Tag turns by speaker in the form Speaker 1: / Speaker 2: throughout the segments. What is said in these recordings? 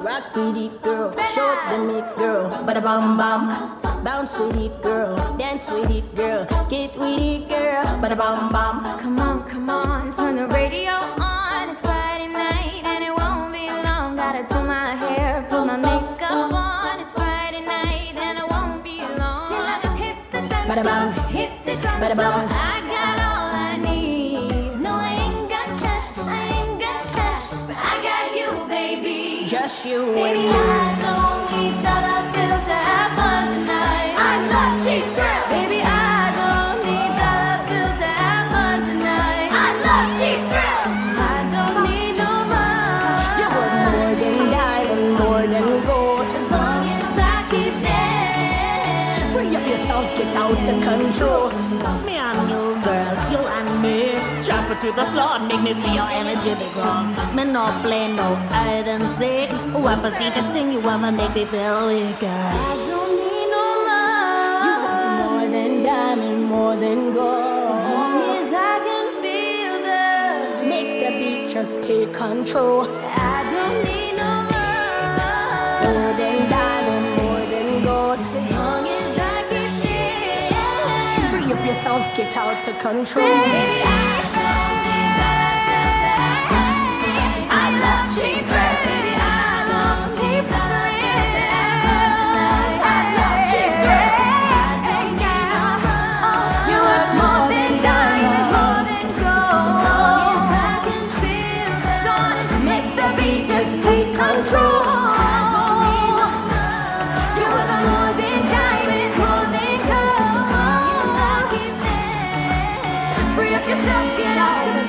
Speaker 1: Rock with it, girl. Show up the meat, girl. Bada bam bam. Bounce with it, girl. Dance with it, girl. Get with it, girl. Bada bam bam.
Speaker 2: Come on, come on, turn the radio on. It's Friday night and it won't be long. Gotta do my hair, put my makeup on. It's Friday night and it won't be long. Till I can hit the dance
Speaker 1: Bada bang.
Speaker 2: floor, hit the dance
Speaker 1: Bada bang.
Speaker 2: floor. I got all I need. No, I ain't got cash, I ain't got cash, but I got you, baby.
Speaker 1: Just you and me.
Speaker 2: Baby, I don't need dollar bills to have fun tonight. I love cheap thrill. Baby, I don't need dollar bills to have fun tonight. I love cheap thrill. I don't need no money.
Speaker 1: You worth more than dive and more than gold.
Speaker 2: As long as I keep dancing.
Speaker 1: Free up yourself, get out of control. Me and you, girl, you and me. Drop it to the floor and make me see your energy be gone. Me no play no hide and seek. Oh, I see the thing you ever make me feel weak, girl.
Speaker 2: I don't need no money.
Speaker 1: You want more than diamond, more than
Speaker 2: As
Speaker 1: gold.
Speaker 2: long as I can feel the
Speaker 1: Make the beat just take control.
Speaker 2: I don't need no money.
Speaker 1: More than diamond, more than gold.
Speaker 2: As long as I keep dancing.
Speaker 1: Free up yourself, get out of control.
Speaker 2: I love cheap baby. I love cheap I love cheap You work more than diamonds, more than gold. As long as I can feel the make the beat just take control. You work more than diamonds, more than gold. As long as I keep dancing, free up yourself, get out to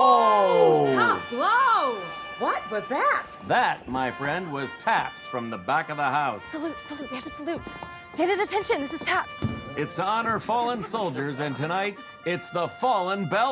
Speaker 3: Oh!
Speaker 4: Tough blow! What was that?
Speaker 3: That, my friend, was taps from the back of the house.
Speaker 4: Salute, salute, we have to salute. Stand at attention, this is Taps.
Speaker 3: It's to honor fallen soldiers, and tonight, it's the Fallen Bell.